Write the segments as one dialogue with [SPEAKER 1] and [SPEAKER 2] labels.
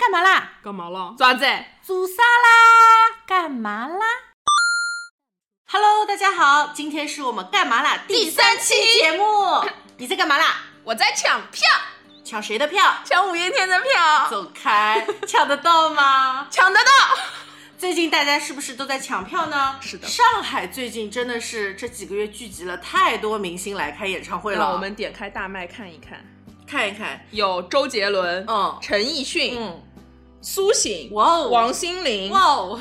[SPEAKER 1] 干嘛啦？
[SPEAKER 2] 爪子，
[SPEAKER 3] 煮沙拉干嘛啦？Hello，大家好，今天是我们干嘛啦
[SPEAKER 2] 第三期
[SPEAKER 3] 节目。 你在干嘛啦？
[SPEAKER 2] 我在抢票，
[SPEAKER 3] 抢谁的票？
[SPEAKER 2] 抢五月天的票，
[SPEAKER 3] 走开， 抢得到吗？
[SPEAKER 2] 抢得到。
[SPEAKER 3] 最近大家是不是都在抢票呢？
[SPEAKER 2] 是的
[SPEAKER 3] 上海最近真的是这几个月聚集了太多明星来开演唱会了。
[SPEAKER 2] 让我们点开大麦看一看，
[SPEAKER 3] 看一看，
[SPEAKER 2] 有周杰伦、
[SPEAKER 3] 嗯
[SPEAKER 2] 陈奕迅、
[SPEAKER 3] 嗯，
[SPEAKER 2] 苏醒、
[SPEAKER 3] 哇哦
[SPEAKER 2] 王心凌，
[SPEAKER 3] 哇哦，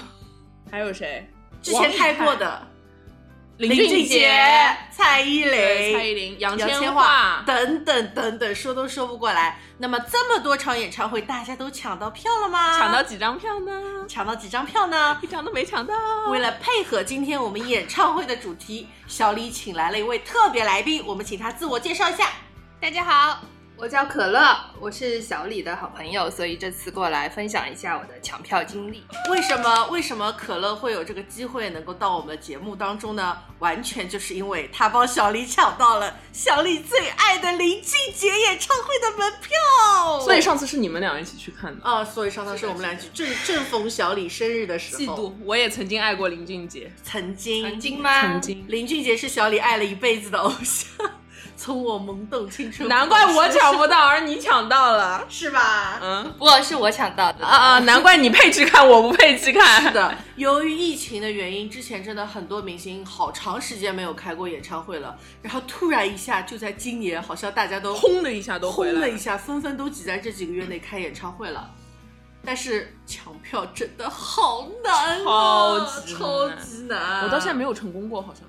[SPEAKER 2] 还有谁？
[SPEAKER 3] 之前开过的
[SPEAKER 2] 林俊杰、
[SPEAKER 3] 蔡依
[SPEAKER 2] 对
[SPEAKER 3] 林、
[SPEAKER 2] 蔡依林、杨
[SPEAKER 3] 杨千
[SPEAKER 2] 嬅
[SPEAKER 3] 嬅。等等等等，说都说不过来。那么这么多场演唱会，大家都抢到票了吗？
[SPEAKER 2] 抢到几张票呢？
[SPEAKER 3] 抢到几张票呢？
[SPEAKER 2] 一张都没抢到。
[SPEAKER 3] 为了配合今天我们演唱会的主题，小李请来了一位特别来宾，我们请他自我介绍一下。
[SPEAKER 4] 大家好，我叫可乐，我是小李的好朋友，所以这次过来分享一下我的抢票经历。
[SPEAKER 3] 为什么为什么可乐会有这个机会能够到我们的节目当中呢？完全就是因为他帮小李抢到了小李最爱的林俊杰演唱会的门票。
[SPEAKER 2] 所以上次是你们俩一起去看的。
[SPEAKER 3] 啊，所以上次是我们俩一起正正逢小李生日的时
[SPEAKER 2] 嫉
[SPEAKER 3] 候，
[SPEAKER 2] 妒，我也曾经爱过林俊杰，
[SPEAKER 3] 曾经
[SPEAKER 4] 曾经吗？
[SPEAKER 2] 曾经。
[SPEAKER 3] 林俊杰是小李爱了一辈子的偶像， 从我懵懂青春，
[SPEAKER 2] 难怪我抢不到，而你抢到了。
[SPEAKER 3] 是吧？
[SPEAKER 2] 嗯
[SPEAKER 4] 不过是我抢到的
[SPEAKER 2] 啊啊，难怪你配去看，我不配去看。
[SPEAKER 3] 是的，由于疫情的原因，之前真的很多明星好长时间没有开过演唱会了，然后突然一下就在今年，好像大家都
[SPEAKER 2] 轰的一下都回
[SPEAKER 3] 轰
[SPEAKER 2] 来
[SPEAKER 3] 了一下，纷纷都挤在这几个月内开演唱会了。但是抢票真的好难啊，
[SPEAKER 2] 超级难
[SPEAKER 3] 超级难，
[SPEAKER 2] 我到现在没有成功过，好像。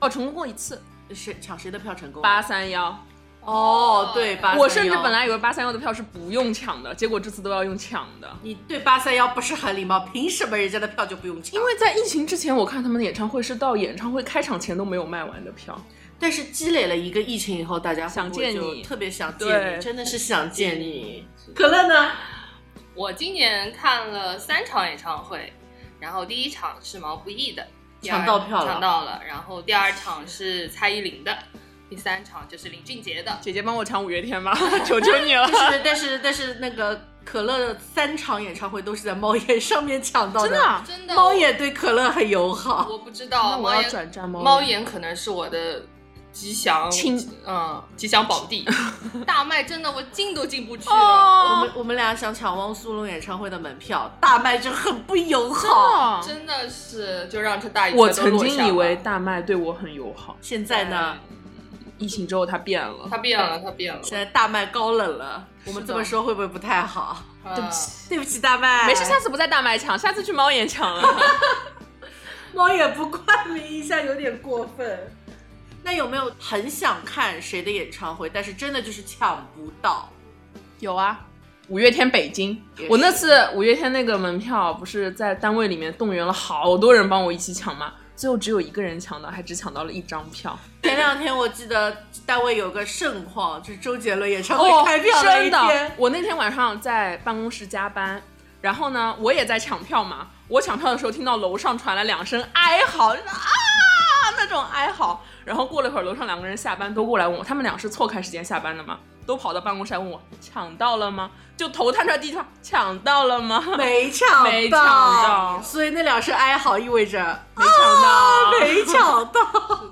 [SPEAKER 2] 哦，成功过一次，
[SPEAKER 3] 有谁抢谁的票成功了？啊
[SPEAKER 2] 八三幺。
[SPEAKER 3] 哦，对，八
[SPEAKER 2] 我甚至本
[SPEAKER 3] 来
[SPEAKER 2] 来以为八三幺的票是不用抢的，结果这次都要用抢的。
[SPEAKER 3] 你对八三幺不是很礼貌，凭什么人家的票就不用抢？
[SPEAKER 2] 因为在疫情之前，我看他们的演唱会是到演唱会开场前都没有卖完的票。
[SPEAKER 3] 但是积累了一个疫情以后，大家会不会
[SPEAKER 2] 想见
[SPEAKER 3] 就
[SPEAKER 2] 你
[SPEAKER 3] 特别想
[SPEAKER 2] 对
[SPEAKER 3] 见你，真的是想见你。可乐呢？
[SPEAKER 4] 我今年看了三场演唱会，然后第一场是毛不易的，第二
[SPEAKER 3] 抢到票了
[SPEAKER 4] 抢到了。然后第二场是蔡依林的，第三场就是林俊杰的。
[SPEAKER 2] 姐姐帮我抢五月天吧， 求求你了。
[SPEAKER 3] 但是但是但是那个可乐三场演唱会都是在猫眼上面抢到
[SPEAKER 2] 真的啊、
[SPEAKER 4] 真的，哦
[SPEAKER 3] 猫眼对可乐很友好，
[SPEAKER 4] 我不知
[SPEAKER 2] 那
[SPEAKER 4] 道，
[SPEAKER 2] 我
[SPEAKER 4] 猫
[SPEAKER 2] 要
[SPEAKER 4] 眼
[SPEAKER 2] 转战猫
[SPEAKER 4] 猫眼可能是我的吉祥
[SPEAKER 2] 亲，
[SPEAKER 4] 嗯，吉祥宝 地。大麦真的我进都进不去了。
[SPEAKER 3] 我
[SPEAKER 2] 哦，
[SPEAKER 3] 们我们俩想抢汪苏泷演唱会的门票，大麦就很不友
[SPEAKER 2] 真
[SPEAKER 3] 好。
[SPEAKER 2] 的。哦
[SPEAKER 4] 真的是就让这大一切都
[SPEAKER 2] 我
[SPEAKER 4] 落下吧
[SPEAKER 2] 曾经以为大麦对我很友好，
[SPEAKER 3] 现在呢？
[SPEAKER 2] 疫情之后他变了。
[SPEAKER 4] 他变了，他变了，
[SPEAKER 3] 现在大麦高冷了，我们
[SPEAKER 2] 是的
[SPEAKER 3] 这么说会不会不太好？
[SPEAKER 4] 对
[SPEAKER 2] 不起
[SPEAKER 3] 对不起，大麦。
[SPEAKER 2] 没事，下次不在大麦抢，下次去猫眼抢了。
[SPEAKER 3] 猫眼不冠名一下有点过分。那有没有很想看谁的演唱会，但是真的就是抢不到？
[SPEAKER 2] 有啊，五月天北京
[SPEAKER 3] 也，是
[SPEAKER 2] 我那次五月天那个门票不是在单位里面动员了好多人帮我一起抢吗？最后只有一个人抢到，还只抢到了一张票。
[SPEAKER 3] 前两天我记得单位有个盛况，就是周杰伦演唱
[SPEAKER 2] 哦
[SPEAKER 3] 会开票那一
[SPEAKER 2] 真
[SPEAKER 3] 天，
[SPEAKER 2] 的，我那天晚上在办公室加班，然后呢，我也在抢票嘛。我抢票的时候听到楼上传来两声哀嚎，就是啊那种哀嚎。然后过了一会儿，楼上两个人下班都过来问我，他们俩是错开时间下班的嘛，都跑到办公室来问我抢到了吗？就头探出来第一句话，抢到了吗？
[SPEAKER 3] 没抢
[SPEAKER 2] 没抢到
[SPEAKER 3] 所以那两声哀嚎意味 着
[SPEAKER 2] 没抢到，
[SPEAKER 3] 没抢到，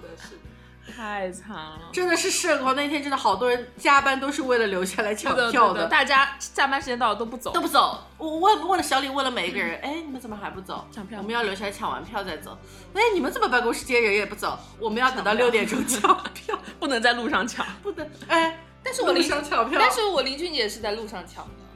[SPEAKER 2] 太惨了。
[SPEAKER 3] 真的是盛况。那天真的好多人加班都是为了留下来抢
[SPEAKER 2] 对的
[SPEAKER 3] 票
[SPEAKER 2] 对的，大家下班时间到了都不走
[SPEAKER 3] 都，不走。我问问了小李，问了每一个人，哎，你们怎么还不走？
[SPEAKER 2] 嗯抢票
[SPEAKER 3] 我们要留下来抢完票再走。哎，你们怎么办公室间人也不走？我们要等到六点 钟抢票，
[SPEAKER 2] 不能在路上抢。
[SPEAKER 3] 不能。哎，
[SPEAKER 4] 但是我
[SPEAKER 3] 路
[SPEAKER 4] 林，
[SPEAKER 3] 上抢票，
[SPEAKER 4] 但是我林俊杰是在路上抢的。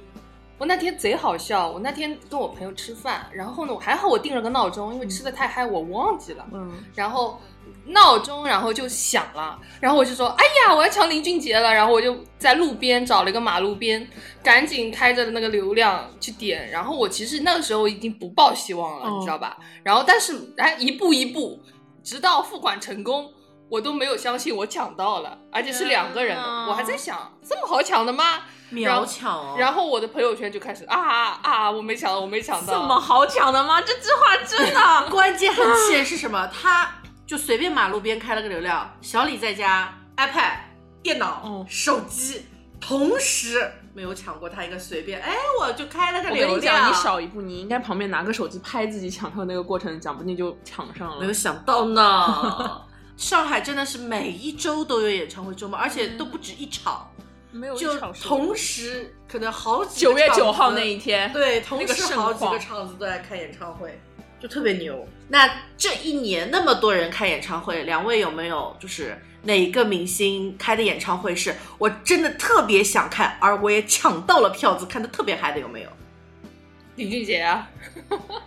[SPEAKER 4] 我那天贼好笑，我那天跟我朋友吃饭，然后呢，我还好我定了个闹钟，因为吃的太嗨，我忘记了。
[SPEAKER 2] 嗯，
[SPEAKER 4] 然后闹钟，然后就响了，然后我就说：“哎呀，我要抢林俊杰了！”然后我就在路边找了一个马路边，赶紧开着那个流量去点。然后我其实那个时候已经不抱希望了，
[SPEAKER 2] 哦
[SPEAKER 4] 你知道吧？然后但是哎，一步一步，直到付款成功，我都没有相信我抢到了，而且是两个人的
[SPEAKER 2] 天哪，
[SPEAKER 4] 我还在想这么好抢的吗？
[SPEAKER 3] 秒抢哦。
[SPEAKER 4] 然后我的朋友圈就开始啊啊啊，我没抢到，我没抢到，
[SPEAKER 2] 这么好抢的吗？这句话 真的。
[SPEAKER 3] 关键很气人是什么？他就随便马路边开了个流量，小李在家 iPad、电脑、
[SPEAKER 2] 嗯
[SPEAKER 3] 手机、同时没有抢过他一个随便，哎，我就开了个
[SPEAKER 2] 我跟
[SPEAKER 3] 流
[SPEAKER 2] 你讲，
[SPEAKER 3] 量。
[SPEAKER 2] 你少一步，你应该旁边拿个手机拍自己抢票那个过程，讲不定就抢上
[SPEAKER 3] 没
[SPEAKER 2] 了
[SPEAKER 3] 有。想到呢。上海真的是每一周都有演唱会周末，而且都不止一场，
[SPEAKER 2] 没有
[SPEAKER 3] 就同时可能好几
[SPEAKER 2] 九
[SPEAKER 3] 个
[SPEAKER 2] 月
[SPEAKER 3] 场子
[SPEAKER 2] 九号那一天，
[SPEAKER 3] 对，同
[SPEAKER 2] 个
[SPEAKER 3] 时
[SPEAKER 2] 盛
[SPEAKER 3] 好几个
[SPEAKER 2] 况
[SPEAKER 3] 场子都在看演唱会，就特别牛。那这一年那么多人看演唱会，两位有没有就是哪一个明星开的演唱会是我真的特别想看，而我也抢到了票子，看的特别嗨的有没有？
[SPEAKER 4] 林俊杰啊，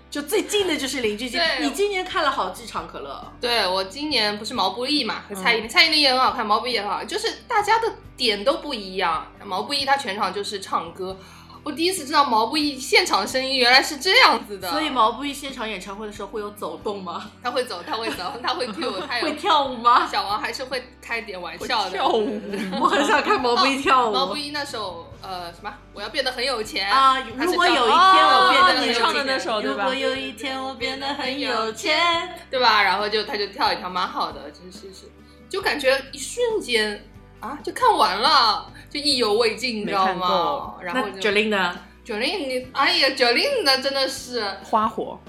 [SPEAKER 3] 就最近的就是林俊杰，
[SPEAKER 4] 对
[SPEAKER 3] 你今年看了好几场可乐，
[SPEAKER 4] 对我今年不是毛不易嘛，和蔡
[SPEAKER 2] 嗯
[SPEAKER 4] 依林，蔡依林也很好看，毛不易也很好看，就是大家的点都不一样。毛不易他全场就是唱歌，我第一次知道毛不易现场声音原来是这样子的，
[SPEAKER 3] 所以毛不易现场演唱会的时候会有走动吗？
[SPEAKER 4] 他会走，他会走，他会 Q，他有
[SPEAKER 3] 会跳舞吗？
[SPEAKER 4] 小王还是会开点玩
[SPEAKER 2] 会
[SPEAKER 4] 笑的。
[SPEAKER 2] 跳舞，
[SPEAKER 3] 我很想看哦毛不易跳舞。
[SPEAKER 4] 毛不易那首呃什么，我要变得很有钱
[SPEAKER 3] 啊！
[SPEAKER 4] 还
[SPEAKER 3] 如
[SPEAKER 4] 是
[SPEAKER 3] 果有一天
[SPEAKER 2] 哦
[SPEAKER 3] 我变得很有
[SPEAKER 2] 你
[SPEAKER 3] 钱
[SPEAKER 2] 唱的那首对
[SPEAKER 3] 如
[SPEAKER 2] 吧
[SPEAKER 3] 果有一天我变得很有钱，
[SPEAKER 4] 对吧？然后就他就跳一跳，蛮好的，真是是，就感觉一瞬间啊就看完了，就意犹未尽，你知道
[SPEAKER 2] 没看
[SPEAKER 4] 吗
[SPEAKER 2] 够？
[SPEAKER 4] 然后就
[SPEAKER 3] Jolin 呢？
[SPEAKER 4] Jolin，你哎呀，Jolin 那真的是
[SPEAKER 2] 花火，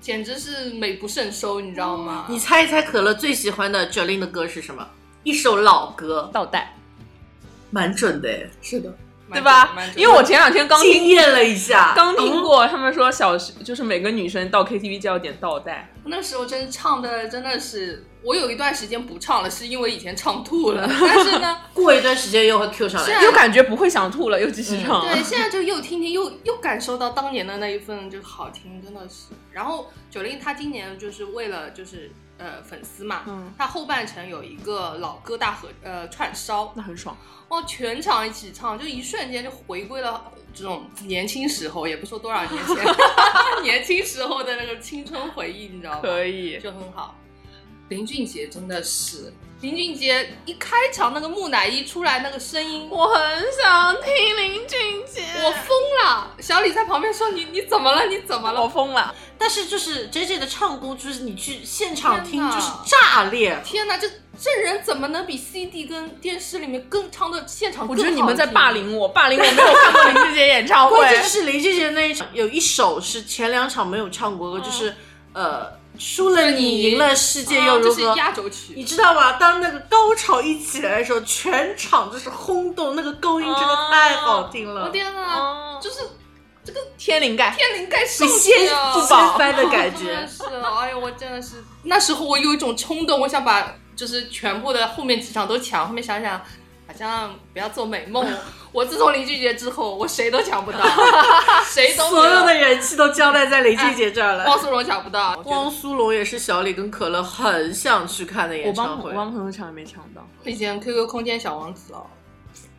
[SPEAKER 4] 简直是美不胜收，你知道吗？
[SPEAKER 3] 你猜一猜，可乐最喜欢的 Jolin 的歌是什么？一首老歌，
[SPEAKER 2] 倒带，
[SPEAKER 3] 蛮准的诶，
[SPEAKER 4] 是的，
[SPEAKER 2] 对吧？因为我前两天刚
[SPEAKER 3] 惊
[SPEAKER 2] 听
[SPEAKER 3] 艳了一下。
[SPEAKER 2] 刚听过，他们说小学就是每个女生到 KTV 就要点倒带，
[SPEAKER 4] 那时候真唱的真的是，我有一段时间不唱了，是因为以前唱吐 了，但是呢。
[SPEAKER 3] 嗯过一段时间又会 Q 上
[SPEAKER 4] 是
[SPEAKER 3] 来
[SPEAKER 4] 啊。
[SPEAKER 2] 又感觉不会想吐了，又继续唱。
[SPEAKER 4] 对，现在就又听听，又又感受到当年的那一份就好听，真的是。然后九零他今年就是为了就是呃粉丝嘛，
[SPEAKER 2] 嗯，
[SPEAKER 4] 他后半程有一个老歌大合呃串烧，
[SPEAKER 2] 那很爽。
[SPEAKER 4] 哦，全场一起唱，就一瞬间就回归了这种年轻时候，也不说多少年前， 年轻时候的那个青春回忆，你知道吗？
[SPEAKER 2] 可以，
[SPEAKER 4] 就很好。林俊杰真的是，林俊杰一开场那个木乃伊出来那个声音，
[SPEAKER 2] 我很想听林俊杰，
[SPEAKER 4] 我疯了！小李在旁边说：“你你怎么了？你怎么
[SPEAKER 2] 我
[SPEAKER 4] 了
[SPEAKER 2] 疯了，
[SPEAKER 3] 但是就是 J J 的唱功，就是你去现场听
[SPEAKER 4] 天哪
[SPEAKER 3] 就是炸裂？”。
[SPEAKER 4] 天哪，这这人怎么能比 CD 跟电视里面更唱的现场
[SPEAKER 2] 我
[SPEAKER 4] 更
[SPEAKER 2] 觉得你们在
[SPEAKER 4] 好听
[SPEAKER 2] 霸。凌我， 霸凌我没有看过林俊杰演 唱会
[SPEAKER 3] 关。键是林俊杰那一场有一首是前两场没有唱过的，
[SPEAKER 2] 嗯
[SPEAKER 3] 就是呃输了
[SPEAKER 2] 哦
[SPEAKER 4] 是你
[SPEAKER 3] 你赢了世界
[SPEAKER 4] 啊
[SPEAKER 3] 又如
[SPEAKER 4] 这
[SPEAKER 3] 何
[SPEAKER 4] 是？压轴
[SPEAKER 3] 你
[SPEAKER 4] 曲，
[SPEAKER 3] 知道吗？当那个高潮一起来的时候，全场就是轰动，那个高音真的太好听
[SPEAKER 4] 我
[SPEAKER 3] 了，
[SPEAKER 4] 天哪，
[SPEAKER 2] 哦
[SPEAKER 4] 就是
[SPEAKER 2] 天灵盖，
[SPEAKER 4] 天灵盖受
[SPEAKER 3] 被掀
[SPEAKER 4] 气
[SPEAKER 3] 掀
[SPEAKER 4] 啊！
[SPEAKER 3] 翻的感
[SPEAKER 4] 真
[SPEAKER 3] 觉。
[SPEAKER 4] 的是，哎呦，我真的是，那时候我有一种冲动，我想把就是全部的后面几场都抢。后面想想，好像不要做美 梦。我自从林俊杰之后，我谁都抢不到，谁都没
[SPEAKER 3] 所有的人气都交代在林俊杰这儿
[SPEAKER 4] 汪
[SPEAKER 3] 了。
[SPEAKER 4] 苏泷抢不到。我觉得
[SPEAKER 3] 汪苏泷也是小李跟可乐很想去看的
[SPEAKER 2] 我
[SPEAKER 3] 演唱
[SPEAKER 2] 帮
[SPEAKER 3] 会
[SPEAKER 2] 我。帮朋友抢也没抢到，
[SPEAKER 4] 以前 QQ 空间小王子哦，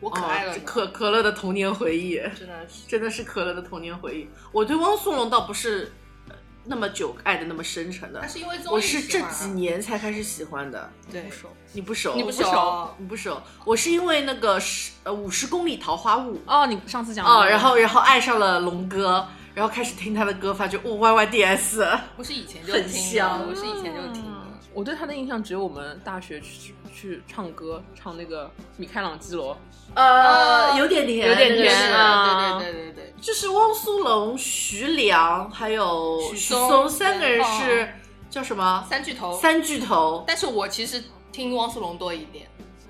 [SPEAKER 4] 我可爱了
[SPEAKER 3] 哦
[SPEAKER 4] 呢，
[SPEAKER 3] 可可乐的童年回忆，
[SPEAKER 4] 真的是。
[SPEAKER 3] 真的是可乐的童年回忆。我对汪苏泷倒不是呃那么久爱的那么深沉的
[SPEAKER 4] 那，是因为综艺
[SPEAKER 3] 我是这
[SPEAKER 4] 喜欢啊
[SPEAKER 3] 几年才开始喜欢的。
[SPEAKER 4] 对，
[SPEAKER 3] 你不熟？
[SPEAKER 4] 你不
[SPEAKER 3] 我
[SPEAKER 4] 熟
[SPEAKER 3] 熟？你不熟？我是因为那个十呃五十公里桃花坞
[SPEAKER 2] 哦，你上次
[SPEAKER 4] 嗯
[SPEAKER 2] 讲的那
[SPEAKER 3] 哦，
[SPEAKER 2] 个
[SPEAKER 3] 然后然后爱上了龙哥，然后开始听他的歌，发觉哦 Y Y D S，
[SPEAKER 4] 我是以前就
[SPEAKER 3] 很
[SPEAKER 4] 听的，
[SPEAKER 3] 香
[SPEAKER 4] 我是以前就听的
[SPEAKER 2] 嗯。我对他的印象只有我们大学去去唱歌，唱那个米开朗基罗，
[SPEAKER 3] 呃，有点甜，
[SPEAKER 2] 有点
[SPEAKER 3] 那个
[SPEAKER 2] 甜
[SPEAKER 3] 是
[SPEAKER 2] 啊
[SPEAKER 4] 对对嗯对对对
[SPEAKER 3] 就是汪苏泷、徐良还有
[SPEAKER 4] 许
[SPEAKER 3] 许
[SPEAKER 4] 嵩
[SPEAKER 3] 嵩三个人
[SPEAKER 4] 哦
[SPEAKER 3] 是叫什么
[SPEAKER 4] 对，？三巨头。
[SPEAKER 3] 三巨头
[SPEAKER 4] 但是我其实听汪苏泷多一点。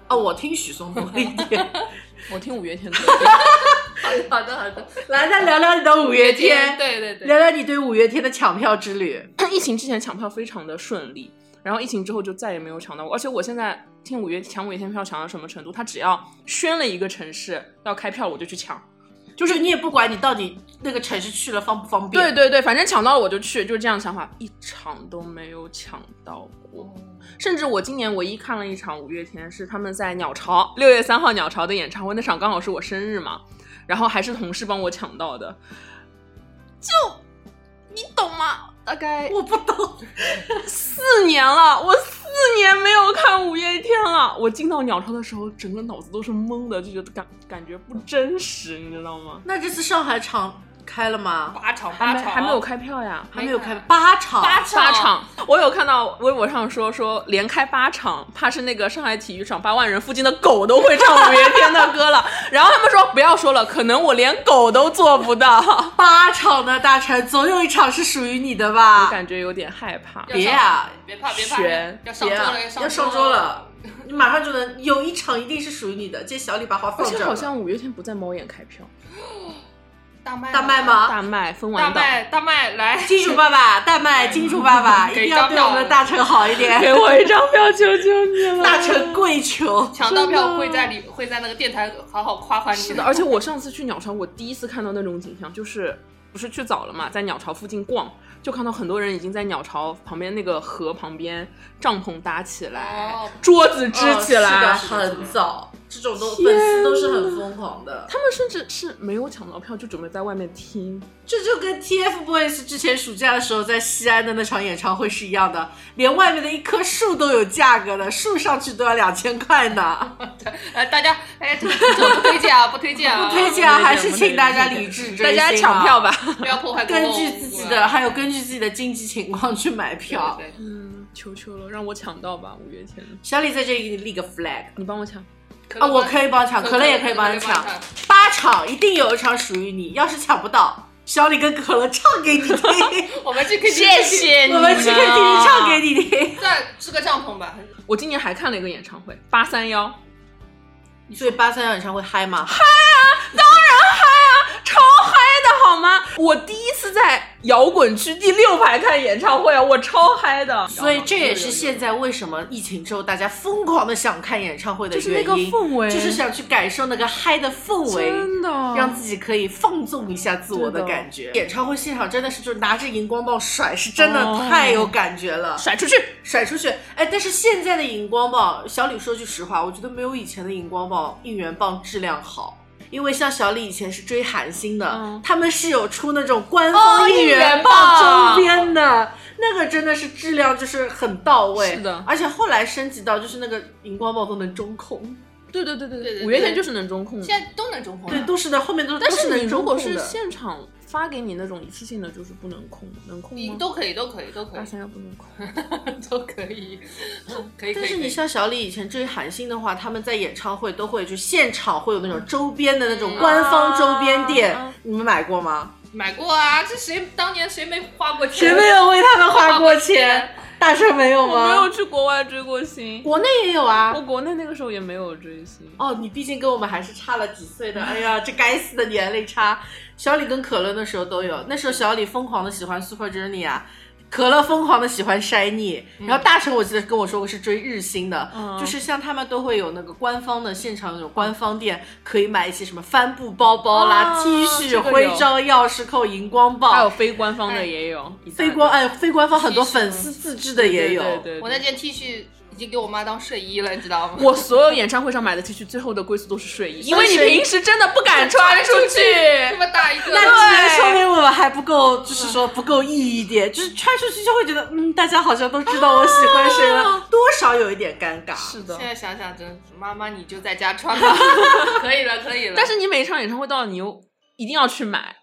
[SPEAKER 3] 哦，我听许嵩多一 点。
[SPEAKER 2] 我听五月天多一点。
[SPEAKER 4] 好的好的，
[SPEAKER 3] 来，再聊聊你的五月天，
[SPEAKER 4] 对对对，
[SPEAKER 3] 聊聊你对五月天的抢票之旅。
[SPEAKER 2] 疫情之前抢票非常的顺利，然后疫情之后就再也没有抢到过。而且我现在听五月抢五月天票抢到什么程度？他只要宣了一个城市要开票，我就去抢。
[SPEAKER 3] 就是你也不管你到底那个城市去了方不方便，
[SPEAKER 2] 对对对，反正抢到了我就去，就是这样想法，一场都没有抢到过。甚至我今年唯一看了一场五月天，是他们在鸟巢六月三号鸟巢的演唱会，那场刚好是我生日嘛，然后还是同事帮我抢到的，就你懂吗？大概
[SPEAKER 3] 我不懂。
[SPEAKER 2] 四年了，我四年没有看五月天了。我进到鸟巢的时候，整个脑子都是懵的，就觉得感感觉不真实，你知道吗？
[SPEAKER 3] 那这次上海场开了吗？
[SPEAKER 4] 八场
[SPEAKER 2] 还
[SPEAKER 4] 八
[SPEAKER 2] 没
[SPEAKER 4] 场
[SPEAKER 2] 还没有开票呀。
[SPEAKER 3] 还没有开，八场，
[SPEAKER 4] 八场
[SPEAKER 2] 八场，我有看到微博上说说连开八场，怕是那个上海体育场八万人附近的狗都会唱五月天的歌了。 然后他们说不要说了，可能我连狗都做不到，
[SPEAKER 3] 八场呢，大陈，总有一场是属于你的
[SPEAKER 2] 我
[SPEAKER 3] 吧？
[SPEAKER 2] 感觉有点害怕。
[SPEAKER 4] 要
[SPEAKER 3] 别
[SPEAKER 4] 上
[SPEAKER 3] 啊
[SPEAKER 4] 别怕别怕
[SPEAKER 2] 悬，
[SPEAKER 4] 要上
[SPEAKER 3] 别
[SPEAKER 4] 桌
[SPEAKER 3] 啊
[SPEAKER 4] 了
[SPEAKER 3] 要上桌了，你马上就能有一场一定是属于你的。今天小李把话
[SPEAKER 2] 而
[SPEAKER 3] 放这
[SPEAKER 2] 且
[SPEAKER 3] 儿
[SPEAKER 2] 好
[SPEAKER 3] 了，
[SPEAKER 2] 像五月天不在猫眼开票，
[SPEAKER 4] 大麦
[SPEAKER 3] 大麦？吗？
[SPEAKER 2] 啊大麦分
[SPEAKER 4] 大
[SPEAKER 2] 完档，
[SPEAKER 4] 麦大麦来，
[SPEAKER 3] 金主爸爸，大麦，金主爸 爸，一
[SPEAKER 4] 给
[SPEAKER 3] 定要对我们的大陈好一
[SPEAKER 2] 给
[SPEAKER 3] 点，
[SPEAKER 2] 哎我一张票，求求你了。
[SPEAKER 3] 大陈跪求。
[SPEAKER 4] 抢到票我会在里会在那个电台好好夸夸你。
[SPEAKER 2] 是的，而且我上次去鸟巢，我第一次看到那种景象，就是不是去早了嘛，在鸟巢附近逛，就看到很多人已经在鸟巢旁边那个河旁边帐篷搭起来，
[SPEAKER 4] 哦
[SPEAKER 2] 桌子支起来。
[SPEAKER 3] 哦是的，很早，这种都粉丝都是很疯狂 的。
[SPEAKER 2] 他们甚至是没有抢到票，就准备在外面听。
[SPEAKER 3] 这就跟 TFBOYS 之前暑假的时候在西安的那场演唱会是一样的，连外面的一棵树都有价格的，树上去都要两千块呢。
[SPEAKER 4] 哎大家哎这个这个不推荐啊不推荐啊
[SPEAKER 3] 不推荐，啊，还是请大家理智追星
[SPEAKER 2] 大
[SPEAKER 3] 啊
[SPEAKER 2] 家抢 票。吧。
[SPEAKER 4] 不要破坏公
[SPEAKER 3] 根
[SPEAKER 4] 共
[SPEAKER 3] 据自己的，还有根据自己的经济情况去买票。
[SPEAKER 4] 对对对
[SPEAKER 2] 嗯，求求了，让我抢到吧，五月天，
[SPEAKER 3] 小李在这里给你立个 flag
[SPEAKER 2] 你帮我抢。
[SPEAKER 4] 可
[SPEAKER 3] 啊，
[SPEAKER 4] 乐
[SPEAKER 3] 我可以帮你抢，可乐也可以帮你抢。八场一定有一场属于你，要是抢不到，小李跟可乐唱给你听，
[SPEAKER 4] 我们去 KTV，
[SPEAKER 2] 谢
[SPEAKER 3] 我们去 KTV 唱给你听。
[SPEAKER 4] 再支个帐篷吧。
[SPEAKER 2] 我今年还看了一个演唱会，八三幺，
[SPEAKER 3] 所以八三幺演唱会嗨吗？
[SPEAKER 2] 超嗨的好吗？我第一次在摇滚区第六排看演唱会啊，我超嗨的。
[SPEAKER 3] 所以这也是现在为什么疫情之后大家疯狂的想看演唱会的
[SPEAKER 2] 就是那
[SPEAKER 3] 原
[SPEAKER 2] 个
[SPEAKER 3] 因，
[SPEAKER 2] 氛围，
[SPEAKER 3] 就是想去感受那个嗨的氛围。
[SPEAKER 2] 真的
[SPEAKER 3] 让自己可以放纵一下自我的感觉，演唱会现场真的是就是拿着荧光棒甩，是真的
[SPEAKER 2] 哦
[SPEAKER 3] 太有感觉了，
[SPEAKER 2] 甩出去。
[SPEAKER 3] 甩出去。哎，但是现在的荧光棒，小李说句实话，我觉得没有以前的荧光棒、应援棒质量好。因为像小李以前是追韩星的，
[SPEAKER 2] 嗯
[SPEAKER 3] 他们是有出那种官
[SPEAKER 2] 哦
[SPEAKER 3] 方应
[SPEAKER 2] 应
[SPEAKER 3] 援
[SPEAKER 2] 援
[SPEAKER 3] 棒周
[SPEAKER 2] 棒
[SPEAKER 3] 边的，那个真的是质量就是很到位，
[SPEAKER 2] 是的
[SPEAKER 3] 而且后来升级到就是那个荧光棒都能中控，
[SPEAKER 2] 对对对对
[SPEAKER 4] 对对
[SPEAKER 2] 五月天就是能中控的。
[SPEAKER 4] 现在都能中风
[SPEAKER 3] 嗯对，，都是的，后面都
[SPEAKER 2] 哦但
[SPEAKER 3] 都是
[SPEAKER 2] 是你
[SPEAKER 3] 能
[SPEAKER 2] 如
[SPEAKER 3] 中控
[SPEAKER 2] 果
[SPEAKER 3] 的。
[SPEAKER 2] 是现场发给你那种一次性的，就是不能控，能控吗？
[SPEAKER 4] 都可以，都可以，都可
[SPEAKER 2] 八
[SPEAKER 3] 啊
[SPEAKER 4] 以，
[SPEAKER 2] 三幺不能控。
[SPEAKER 4] 都可以， 可以。
[SPEAKER 3] 但是
[SPEAKER 4] 可以
[SPEAKER 3] 你像小李以前追韩星的话，他们在演唱会都会就现场会有那种周边的那种
[SPEAKER 4] 嗯
[SPEAKER 3] 官方周边店，
[SPEAKER 2] 啊
[SPEAKER 3] 你们买过吗？
[SPEAKER 4] 买过啊，这谁当年谁没花过钱？
[SPEAKER 3] 谁没有为他们花
[SPEAKER 4] 花
[SPEAKER 3] 过
[SPEAKER 4] 过
[SPEAKER 3] 钱
[SPEAKER 4] 钱？
[SPEAKER 3] 大圣没有
[SPEAKER 2] 我没
[SPEAKER 3] 吗
[SPEAKER 2] 有？去国外追过星，
[SPEAKER 3] 国内也有啊
[SPEAKER 2] 我。国内那个时候也没有追星。
[SPEAKER 3] 哦，你毕竟跟我们还是差了几岁的，哎呀，这该死的年龄差！小李跟可乐那时候都有，那时候小李疯狂的喜欢 Super Journey 啊，可乐疯狂的喜欢 Shiny，然后大成我记得跟我说过是追日星的，
[SPEAKER 2] 嗯
[SPEAKER 3] 就是像他们都会有那个官方的现场那种官方店，可以买一些什么帆布包包啦、
[SPEAKER 2] 啊
[SPEAKER 3] T 恤、
[SPEAKER 2] 这个有
[SPEAKER 3] 徽章、钥匙扣、荧光
[SPEAKER 2] 还有
[SPEAKER 3] 棒。
[SPEAKER 2] 非官方的也有，一大堆
[SPEAKER 3] 非官哎，非官方很多
[SPEAKER 4] T 恤
[SPEAKER 3] 粉丝自制的也有，
[SPEAKER 2] 对对对
[SPEAKER 4] 我那件 T 恤已经给我妈当睡衣了，你知道吗？
[SPEAKER 2] 我所有演唱会上买的 T 恤，最后的归宿都是睡衣，因为你
[SPEAKER 3] 睡衣
[SPEAKER 2] 平时真的不敢穿出
[SPEAKER 4] 这
[SPEAKER 2] 去。
[SPEAKER 4] 么大一个，
[SPEAKER 3] 那只能说明我们还不够，就是说不够意义一点，就是穿出去就会觉得，嗯，大家好像都知道我喜欢谁了，多少有一点尴尬。
[SPEAKER 2] 是的
[SPEAKER 4] 现，在想想真是，妈妈你就在家穿 吧，可以了，可以了。
[SPEAKER 2] 但是你每一场演唱会到了，你又一定要去买，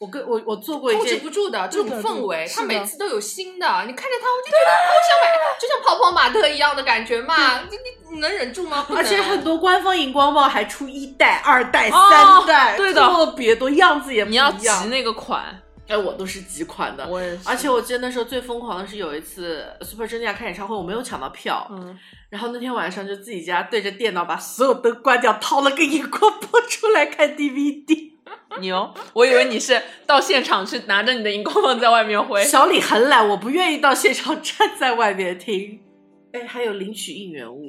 [SPEAKER 3] 我跟我我做过一
[SPEAKER 4] 控制
[SPEAKER 3] 件
[SPEAKER 4] 不住的这种氛围，
[SPEAKER 2] 是的
[SPEAKER 4] 它每次都有新的，你看着它，我就觉
[SPEAKER 3] 啊
[SPEAKER 4] 得好想买，就像跑跑马特一样的感觉嘛。你你你能忍住吗？不能
[SPEAKER 3] 而且很多官方荧光棒还出一代、二代、三代，
[SPEAKER 2] 哦对的
[SPEAKER 3] 特别多，样子也不
[SPEAKER 2] 你
[SPEAKER 3] 一
[SPEAKER 2] 要
[SPEAKER 3] 样。嗯
[SPEAKER 2] 集那个款。
[SPEAKER 3] 哎，我都是集款的。
[SPEAKER 2] 我也是，
[SPEAKER 3] 而且我记得那时候最疯狂的是有一次 Super Junior 看演唱会，我没有抢到票，
[SPEAKER 2] 嗯，
[SPEAKER 3] 然后那天晚上就自己家对着电脑把所有灯关掉，掏了个荧光棒出来看 DVD。
[SPEAKER 2] 牛！哦我以为你是到现场去拿着你的荧光棒在外面挥。
[SPEAKER 3] 小李很懒，我不愿意到现场站在外面听。哎，还有领取应援物，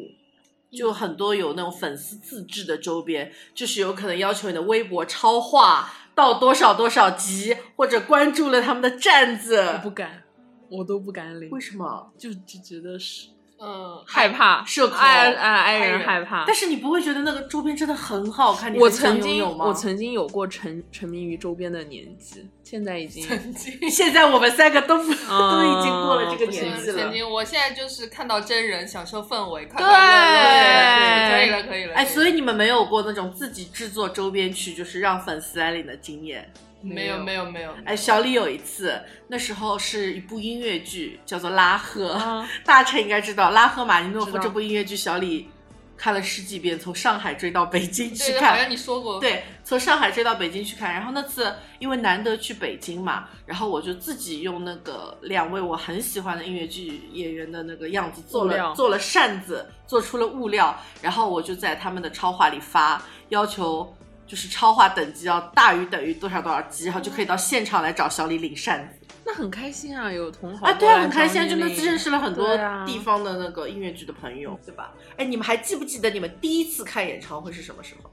[SPEAKER 3] 就很多有那种粉丝自制的周边，就是有可能要求你的微博超话到多少多少级，或者关注了他们的站
[SPEAKER 2] 我
[SPEAKER 3] 子。
[SPEAKER 2] 不敢，我都不敢领
[SPEAKER 3] 为，什么？
[SPEAKER 2] 就只觉得是
[SPEAKER 4] 嗯，
[SPEAKER 2] 害怕，
[SPEAKER 3] 社恐
[SPEAKER 2] 爱爱爱人
[SPEAKER 4] 人
[SPEAKER 2] 害怕
[SPEAKER 3] 但。是你不会觉得那个周边真的很好看？你
[SPEAKER 2] 我
[SPEAKER 3] 很想
[SPEAKER 2] 曾
[SPEAKER 3] 拥
[SPEAKER 2] 经
[SPEAKER 3] 有吗？
[SPEAKER 2] 我曾经有过沉沉迷于周边的年纪，现在已经
[SPEAKER 4] 曾经。
[SPEAKER 3] 现在我们三个都不、
[SPEAKER 2] 啊
[SPEAKER 3] 都已经过了这个年纪
[SPEAKER 4] 曾
[SPEAKER 3] 了。
[SPEAKER 4] 经，我现在就是看到真人，享受氛围，快
[SPEAKER 2] 对
[SPEAKER 4] 快乐乐对，可以了，可以了。
[SPEAKER 3] 哎，
[SPEAKER 4] 可
[SPEAKER 3] 所以你们没有过那种自己制作周边曲，就是让粉丝来领的经验？
[SPEAKER 4] 没有，没有，没有。
[SPEAKER 3] 哎，小李有一次，那时候是一部音乐剧，叫做《拉赫》，
[SPEAKER 2] 啊
[SPEAKER 3] 大家应该知道，《拉赫玛尼诺夫
[SPEAKER 2] 知》道
[SPEAKER 3] 这部音乐剧，小李看了十几遍，从上海追到北京
[SPEAKER 4] 对
[SPEAKER 3] 去
[SPEAKER 4] 对，好
[SPEAKER 3] 看。
[SPEAKER 4] 像你说过。
[SPEAKER 3] 对，从上海追到北京去看，然后那次因为难得去北京嘛，然后我就自己用那个两位我很喜欢的音乐剧演员的那个样子做
[SPEAKER 2] 物
[SPEAKER 3] 了
[SPEAKER 2] 料
[SPEAKER 3] 做了扇子，做出了物料，然后我就在他们的超话里发，要求就是超话等级要大于等于多少多少级，然后就可以到现场来找小李领扇子。
[SPEAKER 2] 那很开心啊，有同好
[SPEAKER 3] 啊，对
[SPEAKER 2] 过
[SPEAKER 3] 啊，
[SPEAKER 2] 来
[SPEAKER 3] 很开
[SPEAKER 2] 找
[SPEAKER 3] 心啊，
[SPEAKER 2] 你
[SPEAKER 3] 真的
[SPEAKER 2] 领
[SPEAKER 3] 认识了很多
[SPEAKER 2] 对啊
[SPEAKER 3] 地方的那个音乐剧的朋友，对吧？哎，你们还记不记得你们第一次看演唱会是什么时候？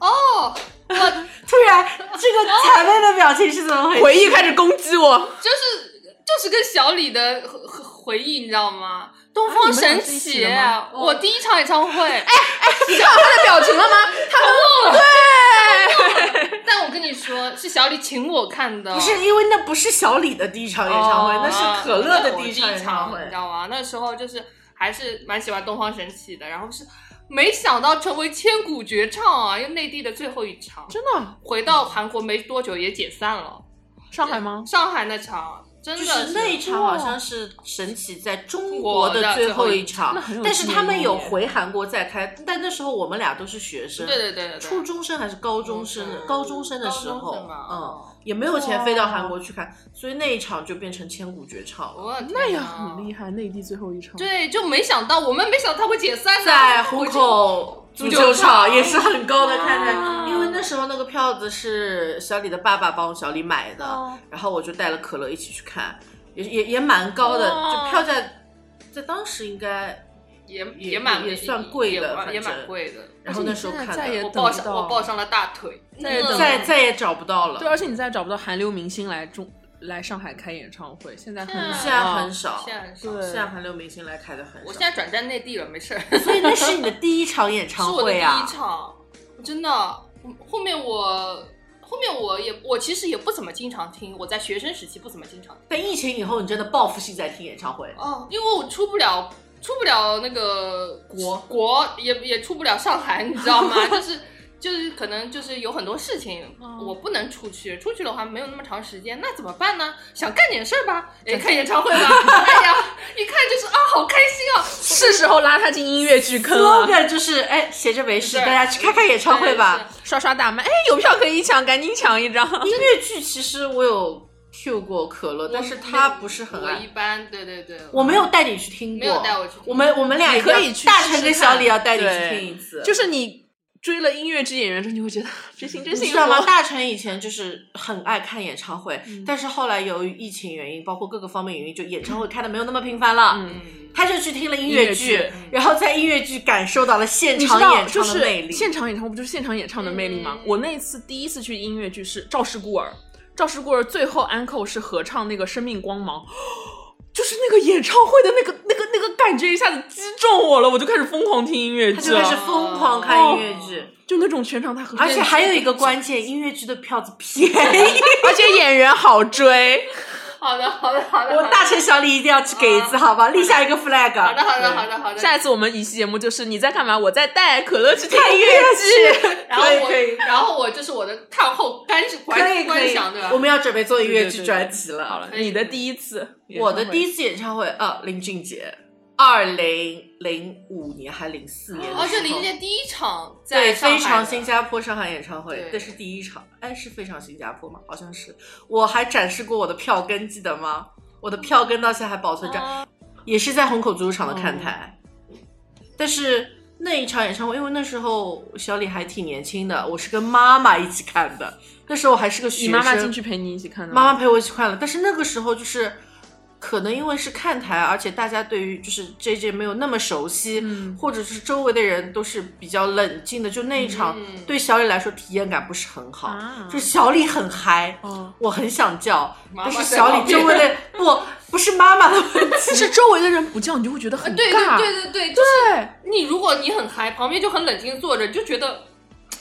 [SPEAKER 4] 哦，
[SPEAKER 3] 突然，这个谄媚的表情是怎么回事？
[SPEAKER 2] 回忆开始攻击我。
[SPEAKER 4] 就是就是跟小李的回回回忆，你知道吗？东
[SPEAKER 2] 你
[SPEAKER 4] 方
[SPEAKER 2] 们俩
[SPEAKER 4] 神
[SPEAKER 2] 是一
[SPEAKER 4] 起
[SPEAKER 2] 起的吗，哦
[SPEAKER 4] 我第一场演唱会。
[SPEAKER 2] 你看他的表情了吗？
[SPEAKER 4] 但我跟你说，是小李请我看的，
[SPEAKER 3] 不是因为那不是小李的第一场演唱会，
[SPEAKER 2] 哦
[SPEAKER 3] 那是可乐的
[SPEAKER 4] 那我
[SPEAKER 3] 第
[SPEAKER 4] 第
[SPEAKER 3] 一场演唱会
[SPEAKER 4] 你知。道吗？那时候就是还是蛮喜欢东方神起的，然后是没想到成为千古绝唱啊，因为内地的最后一场，
[SPEAKER 2] 真
[SPEAKER 3] 啊
[SPEAKER 2] 的，
[SPEAKER 4] 回到韩国没多久也解散了。
[SPEAKER 2] 上海吗？
[SPEAKER 4] 上海那场真
[SPEAKER 3] 就
[SPEAKER 4] 的
[SPEAKER 3] 是那一场好像是神奇在中国的最后一场
[SPEAKER 2] 那，很有
[SPEAKER 3] 但是他们有
[SPEAKER 2] 纪念意义
[SPEAKER 3] 回韩国再开，但那时候我们俩都是学生，
[SPEAKER 4] 对对对对对，
[SPEAKER 3] 初中生还是高中生？高中生的时
[SPEAKER 4] 嗯高中生
[SPEAKER 3] 候
[SPEAKER 4] 嘛，
[SPEAKER 3] 嗯，
[SPEAKER 4] 哦
[SPEAKER 3] 也没有钱飞到韩国去看，所以那一场就变成千古绝唱了。
[SPEAKER 4] 我的天
[SPEAKER 2] 那也
[SPEAKER 4] 哪
[SPEAKER 2] 很厉害，内地最后一场。
[SPEAKER 4] 对，就没想到我们没想到他会解散呢啊
[SPEAKER 3] 在虹。口足球场也是很高的看
[SPEAKER 2] 啊
[SPEAKER 3] 待，因为那时候那个票子是小李的爸爸帮小李买的，
[SPEAKER 2] 哦
[SPEAKER 3] 然后我就带了可乐一起去看，也也也蛮高的，
[SPEAKER 2] 哇
[SPEAKER 3] 就票价在当时应该，
[SPEAKER 4] 也
[SPEAKER 3] 也
[SPEAKER 4] 也蛮
[SPEAKER 3] 也也算贵的
[SPEAKER 4] 也蛮
[SPEAKER 3] 反
[SPEAKER 4] 也
[SPEAKER 3] 正
[SPEAKER 4] 蛮贵的。
[SPEAKER 3] 然后那时候看
[SPEAKER 2] 而且你现在再也
[SPEAKER 3] 的，
[SPEAKER 4] 我
[SPEAKER 2] 等不到
[SPEAKER 4] 抱上我抱上了大腿，嗯
[SPEAKER 2] 再也等不到
[SPEAKER 3] 再再也找不到了
[SPEAKER 2] 啊对，，而且你再也找不到韩流明星来中来上海开演唱会，现在很哦
[SPEAKER 4] 现
[SPEAKER 3] 现
[SPEAKER 2] 少
[SPEAKER 3] 在很少，
[SPEAKER 4] 现在很少
[SPEAKER 2] 对
[SPEAKER 3] 现在韩流明星来开的很
[SPEAKER 4] 我现
[SPEAKER 3] 少，
[SPEAKER 4] 在转战内地了，没事儿。
[SPEAKER 3] 所以那是你的第一场演
[SPEAKER 4] 是
[SPEAKER 3] 唱
[SPEAKER 4] 我的第
[SPEAKER 3] 会啊
[SPEAKER 4] 一，场，真的。我后面我后面我也我其实也不怎么经常听，我在学生时期不怎么经常听。
[SPEAKER 3] 但疫情以后你真的报复性在听演唱会，
[SPEAKER 4] 哦，因为我出不了出不了那个
[SPEAKER 3] 国
[SPEAKER 4] 国，也也出不了上海，你知道吗？ 就是就是可能就是有很多事情
[SPEAKER 2] 哦，
[SPEAKER 4] 我不能出去，出去的话没有那么长时间，那怎么办呢？想干点事儿吧，哎，看 演唱会吧。哎呀，一看就是啊，好开心啊！
[SPEAKER 2] 是时候拉他进音乐剧坑了。
[SPEAKER 3] slogan 就是哎，闲着没事，
[SPEAKER 4] 对
[SPEAKER 3] 大家去看看演唱会吧。
[SPEAKER 2] 刷刷大麦，哎，有票可以抢，赶紧抢一张。
[SPEAKER 3] 音乐剧其实我有 Q 过可乐，
[SPEAKER 4] 我
[SPEAKER 3] 但是他不是很
[SPEAKER 4] 我一
[SPEAKER 3] 爱。
[SPEAKER 4] 般，对对对，
[SPEAKER 3] 我没有带你去听过，
[SPEAKER 4] 没有带我去听
[SPEAKER 3] 我们我们俩
[SPEAKER 2] 你
[SPEAKER 3] 一定要
[SPEAKER 2] 可以去
[SPEAKER 3] 大
[SPEAKER 2] 试试
[SPEAKER 3] 成跟
[SPEAKER 2] 看
[SPEAKER 3] 小李要带你去
[SPEAKER 2] 对
[SPEAKER 3] 听一次，
[SPEAKER 2] 就是你追了音乐剧演员之后，你会觉得 真行真
[SPEAKER 3] 你
[SPEAKER 2] 行，
[SPEAKER 3] 知道吗？
[SPEAKER 2] 我
[SPEAKER 3] 大成以前就是很爱看演唱会，
[SPEAKER 2] 嗯
[SPEAKER 3] 但是后来由于疫情原因，包括各个方面原因，就演唱会开的没有那么频繁了。
[SPEAKER 2] 嗯
[SPEAKER 4] 嗯，
[SPEAKER 3] 他就去听了音剧，
[SPEAKER 2] 乐剧嗯
[SPEAKER 4] 嗯
[SPEAKER 3] 然后在音乐剧感受到了现
[SPEAKER 2] 你知
[SPEAKER 3] 场
[SPEAKER 2] 道，
[SPEAKER 3] 演唱
[SPEAKER 2] 就
[SPEAKER 3] 的
[SPEAKER 2] 是
[SPEAKER 3] 魅力。
[SPEAKER 2] 现场演唱不就是现场演唱的魅力吗？
[SPEAKER 4] 嗯
[SPEAKER 2] 我那次第一次去音乐剧是《赵氏孤儿》，《赵氏孤儿》最后 uncle 是合唱那个《生命光芒》。就是那个演唱会的那个、那个、那个感觉，一下子击中我了，我就开始疯狂听音乐
[SPEAKER 3] 他
[SPEAKER 2] 剧
[SPEAKER 3] 就开始
[SPEAKER 4] 啊
[SPEAKER 2] 了，
[SPEAKER 3] 疯狂看音乐
[SPEAKER 4] 哦
[SPEAKER 3] 剧，
[SPEAKER 2] 就那种全场他合唱，
[SPEAKER 3] 而且还有一个关键，音乐剧的票子便 宜。
[SPEAKER 2] 而且演员好追，
[SPEAKER 4] 好的，好的，好的，
[SPEAKER 3] 我
[SPEAKER 4] 好的
[SPEAKER 3] 大成小李一定要去给一次，好吧？立下一个 flag。
[SPEAKER 4] 好的，好的，好的，好的。
[SPEAKER 2] 下一次我们一期节目就是你在干嘛，我在带可乐去听
[SPEAKER 3] 看
[SPEAKER 2] 音
[SPEAKER 3] 音
[SPEAKER 2] 乐
[SPEAKER 3] 乐剧，
[SPEAKER 4] 然后我
[SPEAKER 3] 可以可以，
[SPEAKER 4] 然后我就是我的看后观
[SPEAKER 3] 可以
[SPEAKER 4] 观
[SPEAKER 3] 可
[SPEAKER 4] 观
[SPEAKER 3] 以
[SPEAKER 4] 想，对吧？
[SPEAKER 3] 我们要准备做音乐
[SPEAKER 2] 对
[SPEAKER 3] 剧
[SPEAKER 2] 对对
[SPEAKER 3] 专辑了。
[SPEAKER 2] 好了，
[SPEAKER 4] 可以
[SPEAKER 2] 你的第一次，
[SPEAKER 3] 我的第
[SPEAKER 2] 次
[SPEAKER 3] 一次演唱会，呃，林俊杰，二零零五年还零四年的时候，
[SPEAKER 4] 哦，这林俊杰第一场在
[SPEAKER 3] 对
[SPEAKER 4] 上海
[SPEAKER 3] 非
[SPEAKER 4] 的
[SPEAKER 3] 常新加坡上海演唱会
[SPEAKER 4] 对，
[SPEAKER 3] 那是第一场，哎，是非常新加坡吗？好像是，我还展示过我的票根，记得吗？我的票根到现在还保存着，
[SPEAKER 2] 哦
[SPEAKER 3] 也是在虹口足球场的看台，但是。那一场演唱会，因为那时候小李还挺年轻的，我是跟妈妈一起看的。那时候我还是个学
[SPEAKER 2] 你
[SPEAKER 3] 生，
[SPEAKER 2] 妈妈进去陪你一起看的
[SPEAKER 3] 妈
[SPEAKER 2] 吗，
[SPEAKER 3] 妈陪我一起看了，但是那个时候就是，可能因为是看台，而且大家对于就是 J J 没有那么熟悉，
[SPEAKER 2] 嗯
[SPEAKER 3] 或者是周围的人都是比较冷静的，就那一场、
[SPEAKER 4] 嗯
[SPEAKER 3] 对小李来说体验感不是很好，
[SPEAKER 2] 啊
[SPEAKER 3] 就小李很嗨，
[SPEAKER 2] 哦，
[SPEAKER 3] 我很想叫，
[SPEAKER 4] 妈妈
[SPEAKER 3] 但是
[SPEAKER 4] 在
[SPEAKER 3] 小
[SPEAKER 4] 旁
[SPEAKER 3] 李
[SPEAKER 4] 边
[SPEAKER 3] 周围的不不是妈妈的问
[SPEAKER 2] 但
[SPEAKER 3] 题，
[SPEAKER 2] 是周围的人不叫，你就会觉得很
[SPEAKER 4] 呃对
[SPEAKER 2] 尬，
[SPEAKER 4] 对对对对，就是你如果你很嗨，旁边就很冷静地坐着，你就觉得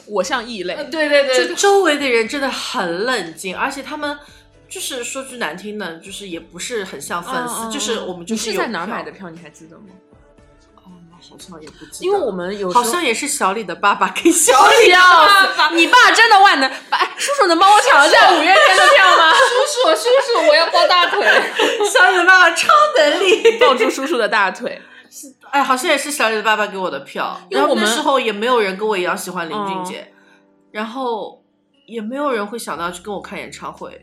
[SPEAKER 2] 我像异类。
[SPEAKER 4] 呃对对对
[SPEAKER 3] 就
[SPEAKER 4] 对，
[SPEAKER 3] 周围的人真的很冷静，而且他们就是说句难听的，就是也不是很像粉丝，
[SPEAKER 2] 嗯嗯
[SPEAKER 3] 就是我们就
[SPEAKER 2] 你
[SPEAKER 3] 有
[SPEAKER 2] 是在哪儿买的
[SPEAKER 3] 票？
[SPEAKER 2] 票？你还记得吗？
[SPEAKER 3] 哦好像也不记得，
[SPEAKER 2] 因为我们有时
[SPEAKER 3] 好
[SPEAKER 2] 候哎
[SPEAKER 3] 像也是小李的爸爸给小李
[SPEAKER 2] 笑死！你爸真的万能，把哎叔叔能帮我抢了 下五月天的票吗？
[SPEAKER 4] 叔叔叔叔，我要抱大 腿。
[SPEAKER 3] 小李的爸爸超能力，
[SPEAKER 2] 抱住叔叔的大腿。
[SPEAKER 3] 哎，好像也是小李的爸爸给我的票，
[SPEAKER 2] 因为
[SPEAKER 3] 然后
[SPEAKER 2] 我们嗯
[SPEAKER 3] 那时候也没有人跟我一样喜欢林俊杰，然后也没有人会想到去跟我看演唱会，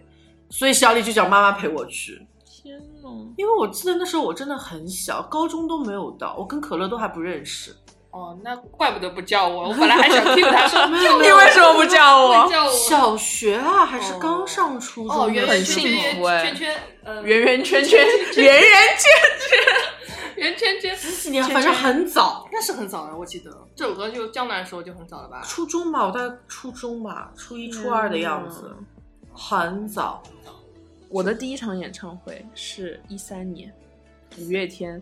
[SPEAKER 3] 所以小李就叫妈妈陪我去。
[SPEAKER 2] 天哪！
[SPEAKER 3] 因为我记得那时候我真的很小，高中都没有到，我跟可乐都还不认识。
[SPEAKER 4] 哦，那怪不得不叫我，我本来还想 Q 他说，
[SPEAKER 3] 没有
[SPEAKER 2] 你为什么不叫
[SPEAKER 4] 会
[SPEAKER 2] 哦我？哦
[SPEAKER 4] 叫我？
[SPEAKER 3] 小学啊，还是刚上初中、
[SPEAKER 4] 哦，圆
[SPEAKER 2] 很
[SPEAKER 4] 圆圈
[SPEAKER 2] 幸
[SPEAKER 4] 圈
[SPEAKER 2] 福哎
[SPEAKER 4] 圈圈，呃，
[SPEAKER 2] 圆圆圈 圈，圆圆圈。
[SPEAKER 4] 圆圈圈，
[SPEAKER 3] 几年，反正很早，
[SPEAKER 4] 那是很早的，我记得这首歌就江南的时候就很早了吧？
[SPEAKER 3] 初中吧，我大概初中吧，初一初二的样子，
[SPEAKER 2] 嗯
[SPEAKER 3] 很早。
[SPEAKER 2] 我的第一场演唱会是一三年，五月天。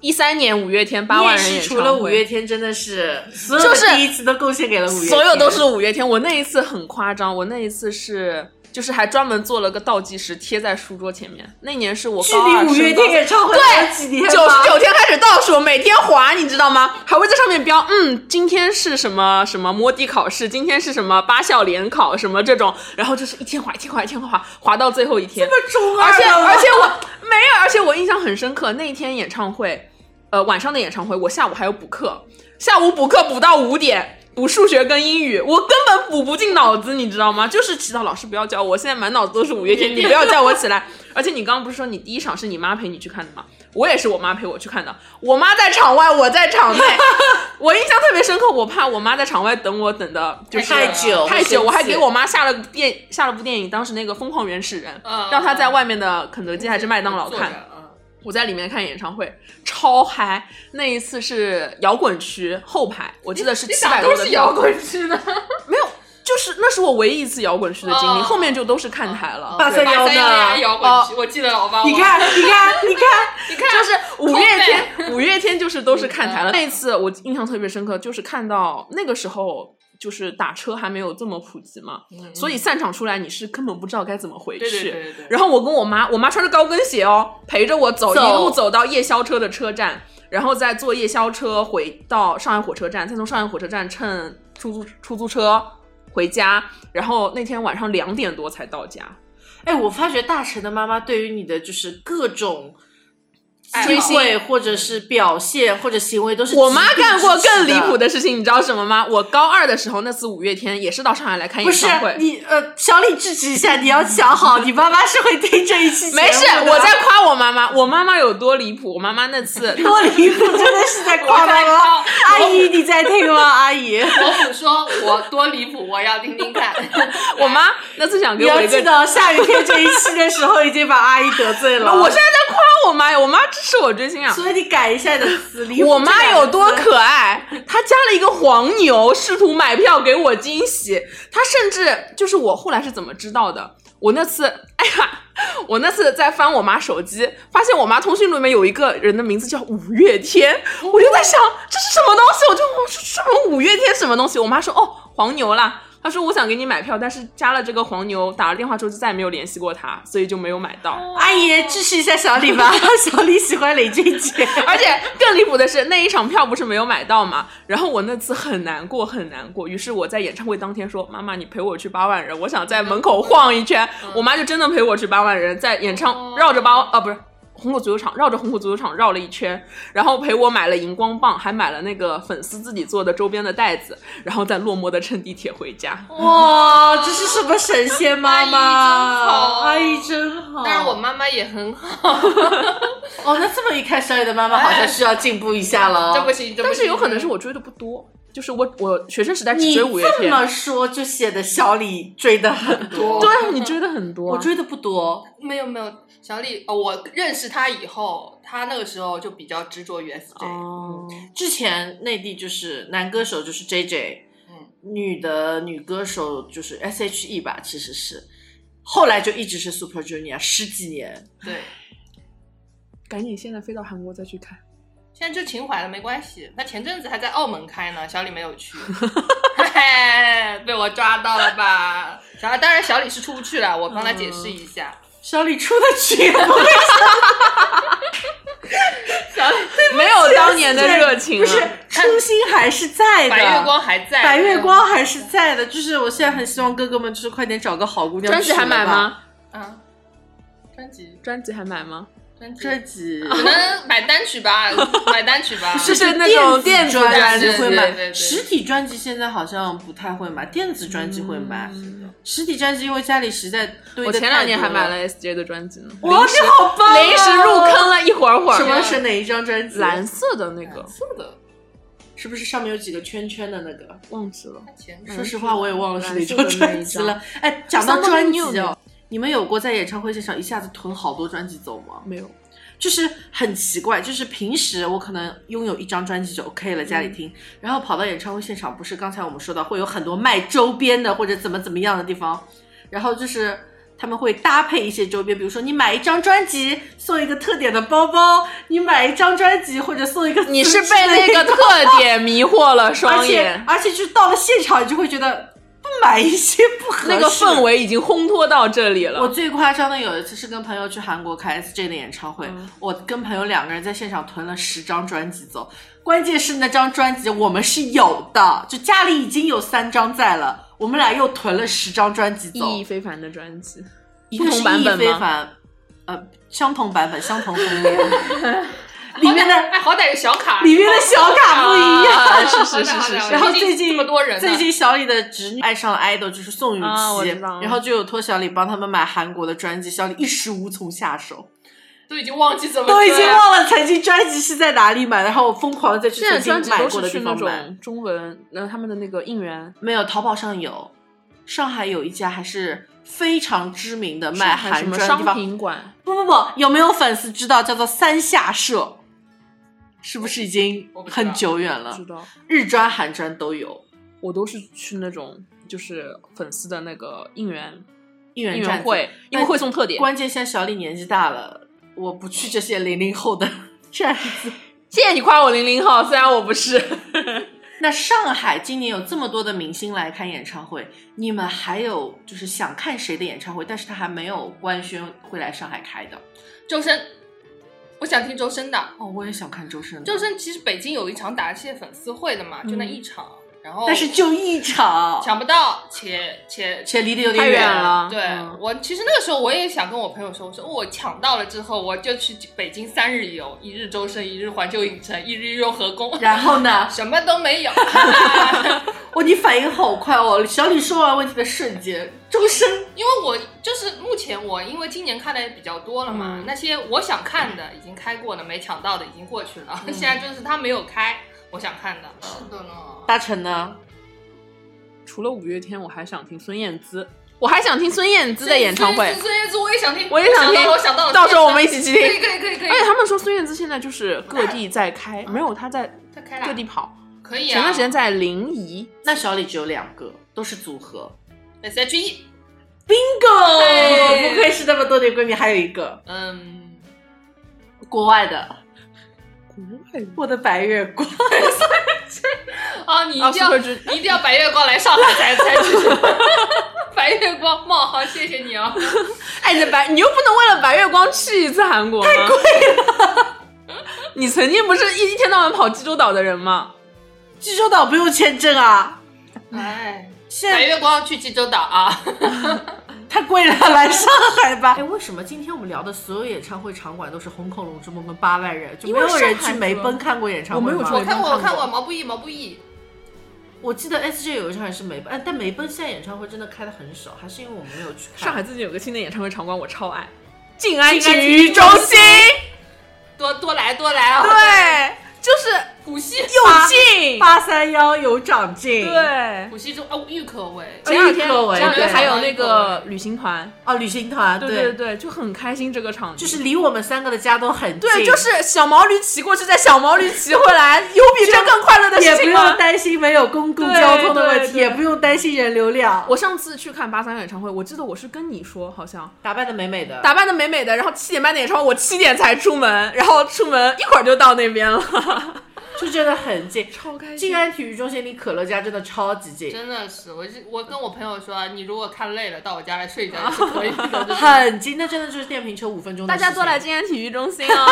[SPEAKER 2] 一三年五月天八万人
[SPEAKER 3] 你也
[SPEAKER 2] 演
[SPEAKER 3] 是
[SPEAKER 2] 唱
[SPEAKER 3] 除
[SPEAKER 2] 会，
[SPEAKER 3] 了五月天，真的是所有
[SPEAKER 2] 就是
[SPEAKER 3] 的第一次都贡献给了五月天，
[SPEAKER 2] 所有都是五月天。我那一次很夸张，我那一次是就是还专门做了个倒计时贴在书桌前面。那年是我
[SPEAKER 3] 距
[SPEAKER 2] 高二
[SPEAKER 3] 离五
[SPEAKER 2] 升
[SPEAKER 3] 月
[SPEAKER 2] 高
[SPEAKER 3] 天演唱会还有几年吧
[SPEAKER 2] 九十九天开始倒数，每天划，你知道吗？还会在上面标，嗯，今天是什么什么摸底考试，今天是什么八校联考什么这种，然后就是一天划，一天划，一天划，划到最后一天。
[SPEAKER 3] 中二
[SPEAKER 2] 而且
[SPEAKER 3] 了吗
[SPEAKER 2] 而且我没有，而且我印象很深刻，那一天演唱会，呃，晚上的演唱会，我下午还有补课，下午补课补到五点。补数学跟英语，我根本补不进脑子，你知道吗？就是祈祷老师不要教我，现在满脑子都是五月天，你不要叫我起来。而且你刚刚不是说你第一场是你妈陪你去看的吗？我也是我妈陪我去看的，我妈在场外，我在场内。 我印象特别深刻，我怕我妈在场外等我等的就是
[SPEAKER 3] 太久
[SPEAKER 2] 太久，
[SPEAKER 3] 会生气
[SPEAKER 2] 我还给我妈下了个电下了部电影，当时那个《疯狂原始人》，
[SPEAKER 4] 嗯
[SPEAKER 2] 让她在外面的肯德基还是麦当劳
[SPEAKER 4] 坐
[SPEAKER 2] 看，
[SPEAKER 4] 着，嗯
[SPEAKER 2] 我在里面看演唱会，超嗨！那一次是摇滚区后排，我记得是
[SPEAKER 4] 你
[SPEAKER 2] 七
[SPEAKER 4] 咋
[SPEAKER 2] 百
[SPEAKER 4] 都
[SPEAKER 2] 多的
[SPEAKER 4] 是
[SPEAKER 2] 票
[SPEAKER 4] 摇，滚区 的？
[SPEAKER 2] 没有，就是那是我唯一一次摇滚区的经历，
[SPEAKER 4] 哦
[SPEAKER 2] 后面就都是看台了。
[SPEAKER 3] 八三幺
[SPEAKER 4] 八三幺
[SPEAKER 3] 呢？
[SPEAKER 4] 摇
[SPEAKER 2] 哦
[SPEAKER 4] 滚区，我记得老爸，
[SPEAKER 3] 你看，你看，你看，
[SPEAKER 4] 你看，
[SPEAKER 2] 就是五月
[SPEAKER 4] 空
[SPEAKER 2] 天，五月天就是都是看台了。
[SPEAKER 4] 嗯
[SPEAKER 2] 那一次我印象特别深刻，就是看到那个时候就是打车还没有这么普及嘛，
[SPEAKER 4] 嗯
[SPEAKER 2] 所以散场出来你是根本不知道该怎么回去。
[SPEAKER 4] 对对对对对，
[SPEAKER 2] 然后我跟我妈，我妈穿着高跟鞋哦，陪着我走，
[SPEAKER 3] 走
[SPEAKER 2] 一路走到夜宵车的车站，然后再坐夜宵车回到上海火车站，再从上海火车站乘出租出租车回家。然后那天晚上两点多才到家。
[SPEAKER 3] 哎，我发觉大成的妈妈对于你的就是各种。
[SPEAKER 4] 爱
[SPEAKER 3] 机
[SPEAKER 4] 好
[SPEAKER 3] 会或者是表现或者行为都是
[SPEAKER 2] 哎我妈干过更离谱
[SPEAKER 3] 的，
[SPEAKER 2] 的事情，你知道什么吗？我高二的时候，那次五月天也是到上海来看
[SPEAKER 3] 不
[SPEAKER 2] 演
[SPEAKER 3] 是
[SPEAKER 2] 唱会。
[SPEAKER 3] 你呃，小李制止一下，你要想好，你妈妈是会听这一期节目的。
[SPEAKER 2] 没事，我在夸我妈妈。我妈妈有多离谱？我妈妈那次
[SPEAKER 3] 多离谱，真的是在夸啊妈妈。 阿姨，你在听吗？阿姨，
[SPEAKER 4] 伯父说：“我多离谱，我要听听看。
[SPEAKER 2] 我妈那次想
[SPEAKER 3] 你
[SPEAKER 2] 给我
[SPEAKER 3] 要
[SPEAKER 2] 一
[SPEAKER 3] 记
[SPEAKER 2] 个。
[SPEAKER 3] 得下雨天这一期的时候已经把阿姨得罪了。
[SPEAKER 2] 啊我现在在夸我妈呀，我妈支持我追星 啊。
[SPEAKER 3] 所以你改一下你的词。离谱
[SPEAKER 2] 我妈
[SPEAKER 3] 这两个
[SPEAKER 2] 有多
[SPEAKER 3] 字
[SPEAKER 2] 可爱？她加了一个黄牛，试图买票给我惊喜。她甚至就是我后来是怎么知道的？我那次，哎呀，我那次在翻我妈手机，发现我妈通讯录里面有一个人的名字叫五月天，我就在想这是什么东西？我就我说什么五月天什么东西？我妈说哦黄牛啦。她说我想给你买票，但是加了这个黄牛，打了电话之后就再也没有联系过他，所以就没有买到。
[SPEAKER 3] 阿姨支持一下小李 吧，小李喜欢林俊杰。
[SPEAKER 2] 而且更离谱的是，那一场票不是没有买到嘛？然后我那次很难过，很难过。于是我在演唱会当天说：“妈妈，你陪我去八万人，我想在门口晃一圈。”我妈就真的陪我去八万人，在演唱
[SPEAKER 4] 哦
[SPEAKER 2] 绕着八啊不是虹口足球场，绕着虹口足球场绕了一圈，然后陪我买了荧光棒，还买了那个粉丝自己做的周边的袋子，然后再落寞的乘地铁回家。
[SPEAKER 3] 哇，哦这是什么神仙妈妈？
[SPEAKER 4] 阿
[SPEAKER 3] 阿
[SPEAKER 4] 姨
[SPEAKER 3] 姨真好。”
[SPEAKER 4] 当然，我妈妈也很好，
[SPEAKER 3] 哦，那这么一看，小李的妈妈好像需要进步一下了。
[SPEAKER 4] 这不行，这不
[SPEAKER 2] 但
[SPEAKER 4] 行
[SPEAKER 2] 是有可能是我追的不多，就是我我学生时代只
[SPEAKER 3] 你
[SPEAKER 2] 追五月
[SPEAKER 3] 这
[SPEAKER 2] 天，
[SPEAKER 3] 么说，就显得小李追的很多。
[SPEAKER 4] 对
[SPEAKER 2] 对你追的很多啊，
[SPEAKER 3] 我追的不多，
[SPEAKER 4] 没有没有。小李，哦，我认识他以后，他那个时候就比较执着于 SJ，
[SPEAKER 2] 哦。
[SPEAKER 3] 之前内地就是男歌手就是 J J，
[SPEAKER 4] 嗯
[SPEAKER 3] 女的女歌手就是 S H E 吧，其实是，后来就一直是 Super Junior 十几年。
[SPEAKER 4] 对。
[SPEAKER 2] 赶紧现在飞到韩国再去看。
[SPEAKER 4] 现在就情怀了，没关系。那前阵子还在澳门开呢，小李没有去，我抓到了吧？然后当然小李是出不去了，我帮他解释一下。
[SPEAKER 3] 小李出得去，
[SPEAKER 4] 小李
[SPEAKER 2] 没有当年的热情啊
[SPEAKER 3] 不
[SPEAKER 2] 了。
[SPEAKER 3] 是初心还是在的，
[SPEAKER 4] 白月光还在，
[SPEAKER 3] 白月光还是在的，就是我现在很希望哥哥们就是快点找个好姑娘。
[SPEAKER 2] 专辑还买？吗？
[SPEAKER 4] 啊，专辑
[SPEAKER 2] 专辑还买吗？
[SPEAKER 4] 专辑。
[SPEAKER 3] 专辑
[SPEAKER 4] 只
[SPEAKER 2] 哦
[SPEAKER 4] 能买单曲吧，买单曲 吧。
[SPEAKER 2] 是就是那种
[SPEAKER 3] 电子
[SPEAKER 2] 电子
[SPEAKER 3] 专辑
[SPEAKER 4] 专辑
[SPEAKER 3] 会
[SPEAKER 4] 对对
[SPEAKER 3] 买，
[SPEAKER 4] 对
[SPEAKER 3] 实体专辑现在好像不太会买，电子专辑会买。实体专辑因为家里实在堆
[SPEAKER 2] 嗯我
[SPEAKER 3] 得
[SPEAKER 2] 前
[SPEAKER 3] 太
[SPEAKER 2] 两年
[SPEAKER 3] 多
[SPEAKER 2] 还买了 S J 的专辑呢，
[SPEAKER 3] 哇，你好棒、啊！
[SPEAKER 2] 临时入坑了一会儿会
[SPEAKER 3] 什
[SPEAKER 2] 儿。
[SPEAKER 3] 么是哪一张专辑？
[SPEAKER 2] 蓝色的那个
[SPEAKER 4] 色的，
[SPEAKER 3] 是不是上面有几个圈圈的那个？
[SPEAKER 2] 忘记了，
[SPEAKER 4] 前
[SPEAKER 3] 说实话，我也忘了是哪
[SPEAKER 2] 嗯蓝
[SPEAKER 3] 张
[SPEAKER 2] 色的
[SPEAKER 3] 专
[SPEAKER 2] 那一
[SPEAKER 3] 辑
[SPEAKER 2] 张
[SPEAKER 3] 了。哎，讲到专辑
[SPEAKER 2] Someone New
[SPEAKER 3] 哦，你们有过在演唱会现场一下子囤好多专辑走吗？
[SPEAKER 2] 没有。
[SPEAKER 3] 就是很奇怪，就是平时我可能拥有一张专辑就 OK 了，家里听，然
[SPEAKER 2] 嗯
[SPEAKER 3] 后跑到演唱会现场，不是刚才我们说到会有很多卖周边的或者怎么怎么样的地方，然后就是他们会搭配一些周边，比如说你买一张专辑送一个特点的包包，你买一张专辑或者送一个
[SPEAKER 2] 你是
[SPEAKER 3] 瓷
[SPEAKER 2] 被
[SPEAKER 3] 器的
[SPEAKER 2] 那个特点迷 惑了
[SPEAKER 3] 而
[SPEAKER 2] 双
[SPEAKER 3] 且
[SPEAKER 2] 眼，
[SPEAKER 3] 而且就是到了现场，你就会觉得不买一些不合适的
[SPEAKER 2] 那个氛。围已经烘托到这里
[SPEAKER 3] 我
[SPEAKER 2] 了。
[SPEAKER 3] 最夸张的有一次是跟朋友去韩国看 SJ 的演唱会，
[SPEAKER 2] 嗯
[SPEAKER 3] 我跟朋友两个人在现场囤了十张专辑走，关键是那张专辑我们是有的，就家里已经有三张在了，我们俩又囤了十张专辑走
[SPEAKER 2] 意义，非凡的专辑，
[SPEAKER 3] 一
[SPEAKER 2] 不
[SPEAKER 3] 个是
[SPEAKER 2] 同版
[SPEAKER 3] 意义
[SPEAKER 2] 本
[SPEAKER 3] 非
[SPEAKER 2] 吗？
[SPEAKER 3] 凡，呃，相同版本，相同封面，里
[SPEAKER 4] 好
[SPEAKER 3] 面
[SPEAKER 4] 歹
[SPEAKER 3] 的
[SPEAKER 4] 哎，好歹有小卡，
[SPEAKER 3] 里面的小卡不一样。
[SPEAKER 2] 啊是是
[SPEAKER 4] 好歹
[SPEAKER 2] 是
[SPEAKER 4] 好
[SPEAKER 2] 是
[SPEAKER 4] 歹
[SPEAKER 2] 是
[SPEAKER 3] 然后
[SPEAKER 4] 毕竟
[SPEAKER 3] 最近
[SPEAKER 4] 这么多人呢，
[SPEAKER 3] 最近小李的侄女爱上了 idol 就是宋雨琦，
[SPEAKER 2] 啊我知道
[SPEAKER 3] 然后就有托小李帮他们买韩国的专辑，小李一时无从下手，
[SPEAKER 4] 都已经忘记怎么
[SPEAKER 3] 都已经
[SPEAKER 4] 追了
[SPEAKER 3] 忘了曾经专辑是在哪里买，然后我疯狂的再去
[SPEAKER 2] 现在
[SPEAKER 3] 曾
[SPEAKER 2] 专辑
[SPEAKER 3] 经买
[SPEAKER 2] 都
[SPEAKER 3] 过
[SPEAKER 2] 是
[SPEAKER 3] 的
[SPEAKER 2] 去
[SPEAKER 3] 地
[SPEAKER 2] 那
[SPEAKER 3] 方买。
[SPEAKER 2] 种中文，那他们的那个应援
[SPEAKER 3] 没有，淘宝上有，上海有一家还是非常知名的卖
[SPEAKER 2] 上海什
[SPEAKER 3] 韩
[SPEAKER 2] 么
[SPEAKER 3] 专的地
[SPEAKER 2] 商
[SPEAKER 3] 方。
[SPEAKER 2] 品馆，
[SPEAKER 3] 不不不，有没有粉丝知道叫做三下社？是不是已经
[SPEAKER 4] 我不知道
[SPEAKER 3] 很久远
[SPEAKER 2] 不
[SPEAKER 3] 了
[SPEAKER 2] 知？道。
[SPEAKER 3] 日专、韩专都有，
[SPEAKER 2] 我都是去那种就是粉丝的那个应援
[SPEAKER 3] 应援
[SPEAKER 2] 应
[SPEAKER 3] 站
[SPEAKER 2] 援
[SPEAKER 3] 子
[SPEAKER 2] 会，因为会送特点。
[SPEAKER 3] 关键现在小李年纪大了，我不去这些零零后的 站子。
[SPEAKER 2] 谢谢你夸我零零后，虽然我不是。
[SPEAKER 3] 那上海今年有这么多的明星来看演唱会，你们还有就是想看谁的演唱会，但是他还没有官宣会来上海开的。
[SPEAKER 4] 周深，我想听周深的。
[SPEAKER 3] 哦，我也想看周深的，
[SPEAKER 4] 周，深其实北京有一场答谢粉丝会的嘛，就那一场，然后
[SPEAKER 3] 嗯但是就一场，
[SPEAKER 4] 抢不到，且且。
[SPEAKER 3] 且离得有
[SPEAKER 2] 太
[SPEAKER 3] 点
[SPEAKER 2] 远了
[SPEAKER 4] 对、
[SPEAKER 3] 嗯
[SPEAKER 4] 我，其实那个时候我也想跟我朋友说，我说我抢到了之后，我就去北京三日游，一日周深，一日环球影城，一日雍和宫，
[SPEAKER 3] 然后呢？
[SPEAKER 4] 什么都没有。
[SPEAKER 3] 哦，你反应好快哦！小李说完问题的瞬间，周深
[SPEAKER 4] 因为我就是目前我因为今年看的也比较多了嘛，
[SPEAKER 2] 嗯
[SPEAKER 4] 那些我想看的已经开过的，没抢到的已经过去了，现在就是他没有开我想看的。是的呢，
[SPEAKER 3] 大成呢？
[SPEAKER 2] 除了五月天，我还想听孙燕姿，我还想听孙燕姿的演唱会
[SPEAKER 4] 孙燕姿，孙燕姿我也想听，
[SPEAKER 2] 我也想
[SPEAKER 4] 想
[SPEAKER 2] 听
[SPEAKER 4] 到了我想到了，
[SPEAKER 2] 到时候我们一起去听
[SPEAKER 4] 可以可以可以可以
[SPEAKER 2] 而且，他们说孙燕姿现在就是各地在开，没有她在
[SPEAKER 4] 他开了
[SPEAKER 2] 各地跑。
[SPEAKER 4] 可以啊。
[SPEAKER 2] 前段时间在临沂，
[SPEAKER 3] 那小李只有两个，都是组合。
[SPEAKER 4] S H E，
[SPEAKER 3] Bingo！
[SPEAKER 4] 哎
[SPEAKER 3] 哦不愧是那么多年闺蜜，还有一个
[SPEAKER 4] 嗯，
[SPEAKER 3] 国外的，
[SPEAKER 2] 国外的
[SPEAKER 3] 我的白月光。
[SPEAKER 4] 啊，你一
[SPEAKER 2] 啊
[SPEAKER 4] 定要、
[SPEAKER 2] ，Super Junior
[SPEAKER 4] 你一定要白月光来上海才才去。 白月光冒号，谢谢你啊！
[SPEAKER 2] 哎，你的白，你又不能为了白月光去一次韩国，太贵了。 你曾经不是一一天到晚跑济州岛的人吗？
[SPEAKER 3] 济州岛不用签证啊，
[SPEAKER 4] 哎，
[SPEAKER 3] 现
[SPEAKER 4] 白
[SPEAKER 3] 在
[SPEAKER 4] 月光去济州岛啊！
[SPEAKER 3] 太贵了，来上海吧。哎，为什么今天我们聊的所有演唱会场馆都是红恐龙之梦跟八万人，就没有人去梅奔看过演唱会吗？
[SPEAKER 2] 因为上海
[SPEAKER 4] 我
[SPEAKER 2] 没
[SPEAKER 4] 看过，我看过
[SPEAKER 2] 看
[SPEAKER 4] 毛不易，毛不易。
[SPEAKER 3] 我记得 S J 有一场也是梅奔，哎，但梅奔现在演唱会真的开的很少，还是因为我们没有去看。
[SPEAKER 2] 上海最近有个新的演唱会场馆，我超爱，静安
[SPEAKER 3] 静安
[SPEAKER 2] 体育
[SPEAKER 3] 体育中
[SPEAKER 2] 中心。
[SPEAKER 4] 多多来多来啊！，
[SPEAKER 2] 对，就是
[SPEAKER 4] 浦西
[SPEAKER 2] 又近，
[SPEAKER 3] 八三幺有长进，
[SPEAKER 2] 对。
[SPEAKER 4] 浦西中哦，郁可唯，
[SPEAKER 2] 前两天，
[SPEAKER 3] 郁可唯
[SPEAKER 2] 前两天
[SPEAKER 4] 对
[SPEAKER 2] 还有那个旅行团，
[SPEAKER 3] 哦，旅行团，
[SPEAKER 2] 对对对，就很开心这个场地，
[SPEAKER 3] 就是离我们三个的家都很近，
[SPEAKER 2] 对，就是小毛驴骑过去，再小毛驴骑回来，有比这更快乐的
[SPEAKER 3] 也
[SPEAKER 2] 事
[SPEAKER 3] 不
[SPEAKER 2] 情
[SPEAKER 3] 用
[SPEAKER 2] 吗？
[SPEAKER 3] 担心没有公共交通的问
[SPEAKER 2] 对对
[SPEAKER 3] 题，
[SPEAKER 2] 对
[SPEAKER 3] 也不用担心人流量。
[SPEAKER 2] 我上次去看八三幺演唱会，我记得我是跟你说，好像
[SPEAKER 3] 打扮的美美的，
[SPEAKER 2] 打扮的美美的，然后七点半的演唱会，我七点才出门，然后出门一会儿就到那边了。
[SPEAKER 3] 就真的很近。
[SPEAKER 2] 超开
[SPEAKER 3] 静安体育中心离可乐家真的超级近，
[SPEAKER 4] 真的是，我是我跟我朋友说，你如果看累了，到我家来睡一觉 也是可以的。就是
[SPEAKER 3] 很近，那真的就是电瓶车五分钟的
[SPEAKER 2] 大
[SPEAKER 3] 事情。
[SPEAKER 2] 家多来静安体育中心哦，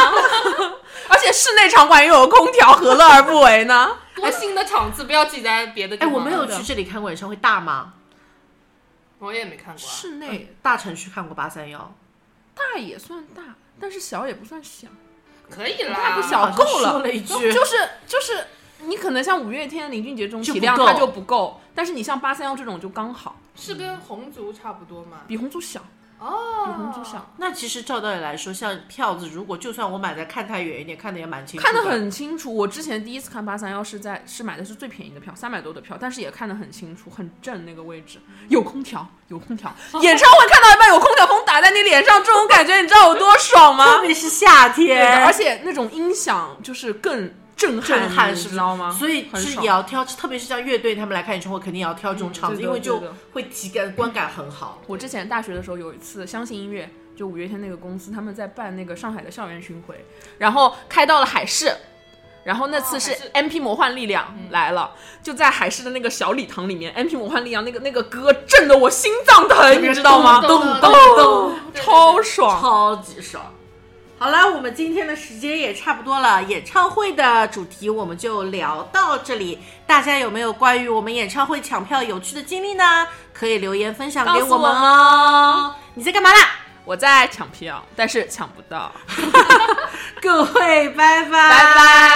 [SPEAKER 2] 而且室内场馆又有空调，何乐而不为呢？
[SPEAKER 4] 多新的场次，不要自己在别的地
[SPEAKER 3] 哎，
[SPEAKER 4] 方。
[SPEAKER 3] 我没
[SPEAKER 2] 啊
[SPEAKER 3] 有去这里看过演唱会，大吗？
[SPEAKER 4] 我也没看过啊。
[SPEAKER 2] 室内
[SPEAKER 3] 大城区看过八三幺，
[SPEAKER 2] 大也算大，但是小也不算小，
[SPEAKER 4] 可以啦，
[SPEAKER 2] 大不小够
[SPEAKER 3] 说
[SPEAKER 2] 啊了，
[SPEAKER 3] 了一句，
[SPEAKER 2] 就是就是。你可能像五月天、林俊杰这种
[SPEAKER 3] 就
[SPEAKER 2] 体
[SPEAKER 3] 不
[SPEAKER 2] 量
[SPEAKER 3] 够
[SPEAKER 2] 它就不够，但是你像八三幺这种就刚好，
[SPEAKER 4] 是跟红族差不多嘛？
[SPEAKER 2] 比红族小，
[SPEAKER 4] 哦，
[SPEAKER 2] 比红族小，
[SPEAKER 3] 那其实照道理来说，像票子，如果就算我买在看台远一点，看的也蛮清楚，
[SPEAKER 2] 看得。很清楚。我之前第一次看八三幺是在是买的是最便宜的票，三百多的票，但是也看得很清楚，很正那个位置，有空调，有空调。
[SPEAKER 3] 哦
[SPEAKER 2] 演唱会看到一半有空调风打在你脸上，这种感觉你知道有多爽吗？
[SPEAKER 3] 特别是夏
[SPEAKER 2] 对的
[SPEAKER 3] 天，
[SPEAKER 2] 而且那种音响就是更震撼，
[SPEAKER 3] 震撼是
[SPEAKER 2] 你
[SPEAKER 3] 不
[SPEAKER 2] 知
[SPEAKER 3] 是
[SPEAKER 2] 道吗？
[SPEAKER 3] 所以
[SPEAKER 2] 很
[SPEAKER 3] 是
[SPEAKER 2] 爽
[SPEAKER 3] 也要挑，特别是像乐队他们来看演唱会，肯定也要挑这种场子，
[SPEAKER 2] 嗯对的
[SPEAKER 3] 因为就
[SPEAKER 2] 对的
[SPEAKER 3] 会体感观感很好。
[SPEAKER 2] 我之前大学的时候有一次，相信音乐就五月天那个公司，他们在办那个上海的校园巡回，然后开到了海事。然后那次是
[SPEAKER 4] 哦海事
[SPEAKER 2] M P 魔幻力量来了，就在海事的那个小礼堂里面，M P 魔幻力量那个那个歌震得我心脏疼，你知道吗？
[SPEAKER 4] 咚
[SPEAKER 2] 咚
[SPEAKER 4] 咚
[SPEAKER 2] 咚，超爽！
[SPEAKER 3] 超级爽。好啦，我们今天的时间也差不多了，演唱会的主题我们就聊到这里。大家有没有关于我们演唱会抢票有趣的经历呢？可以留言分享给我们
[SPEAKER 2] 告诉
[SPEAKER 3] 哦。你在干嘛啦？
[SPEAKER 2] 我在抢票，但是抢不到，
[SPEAKER 3] 各位，拜拜，
[SPEAKER 2] 拜拜。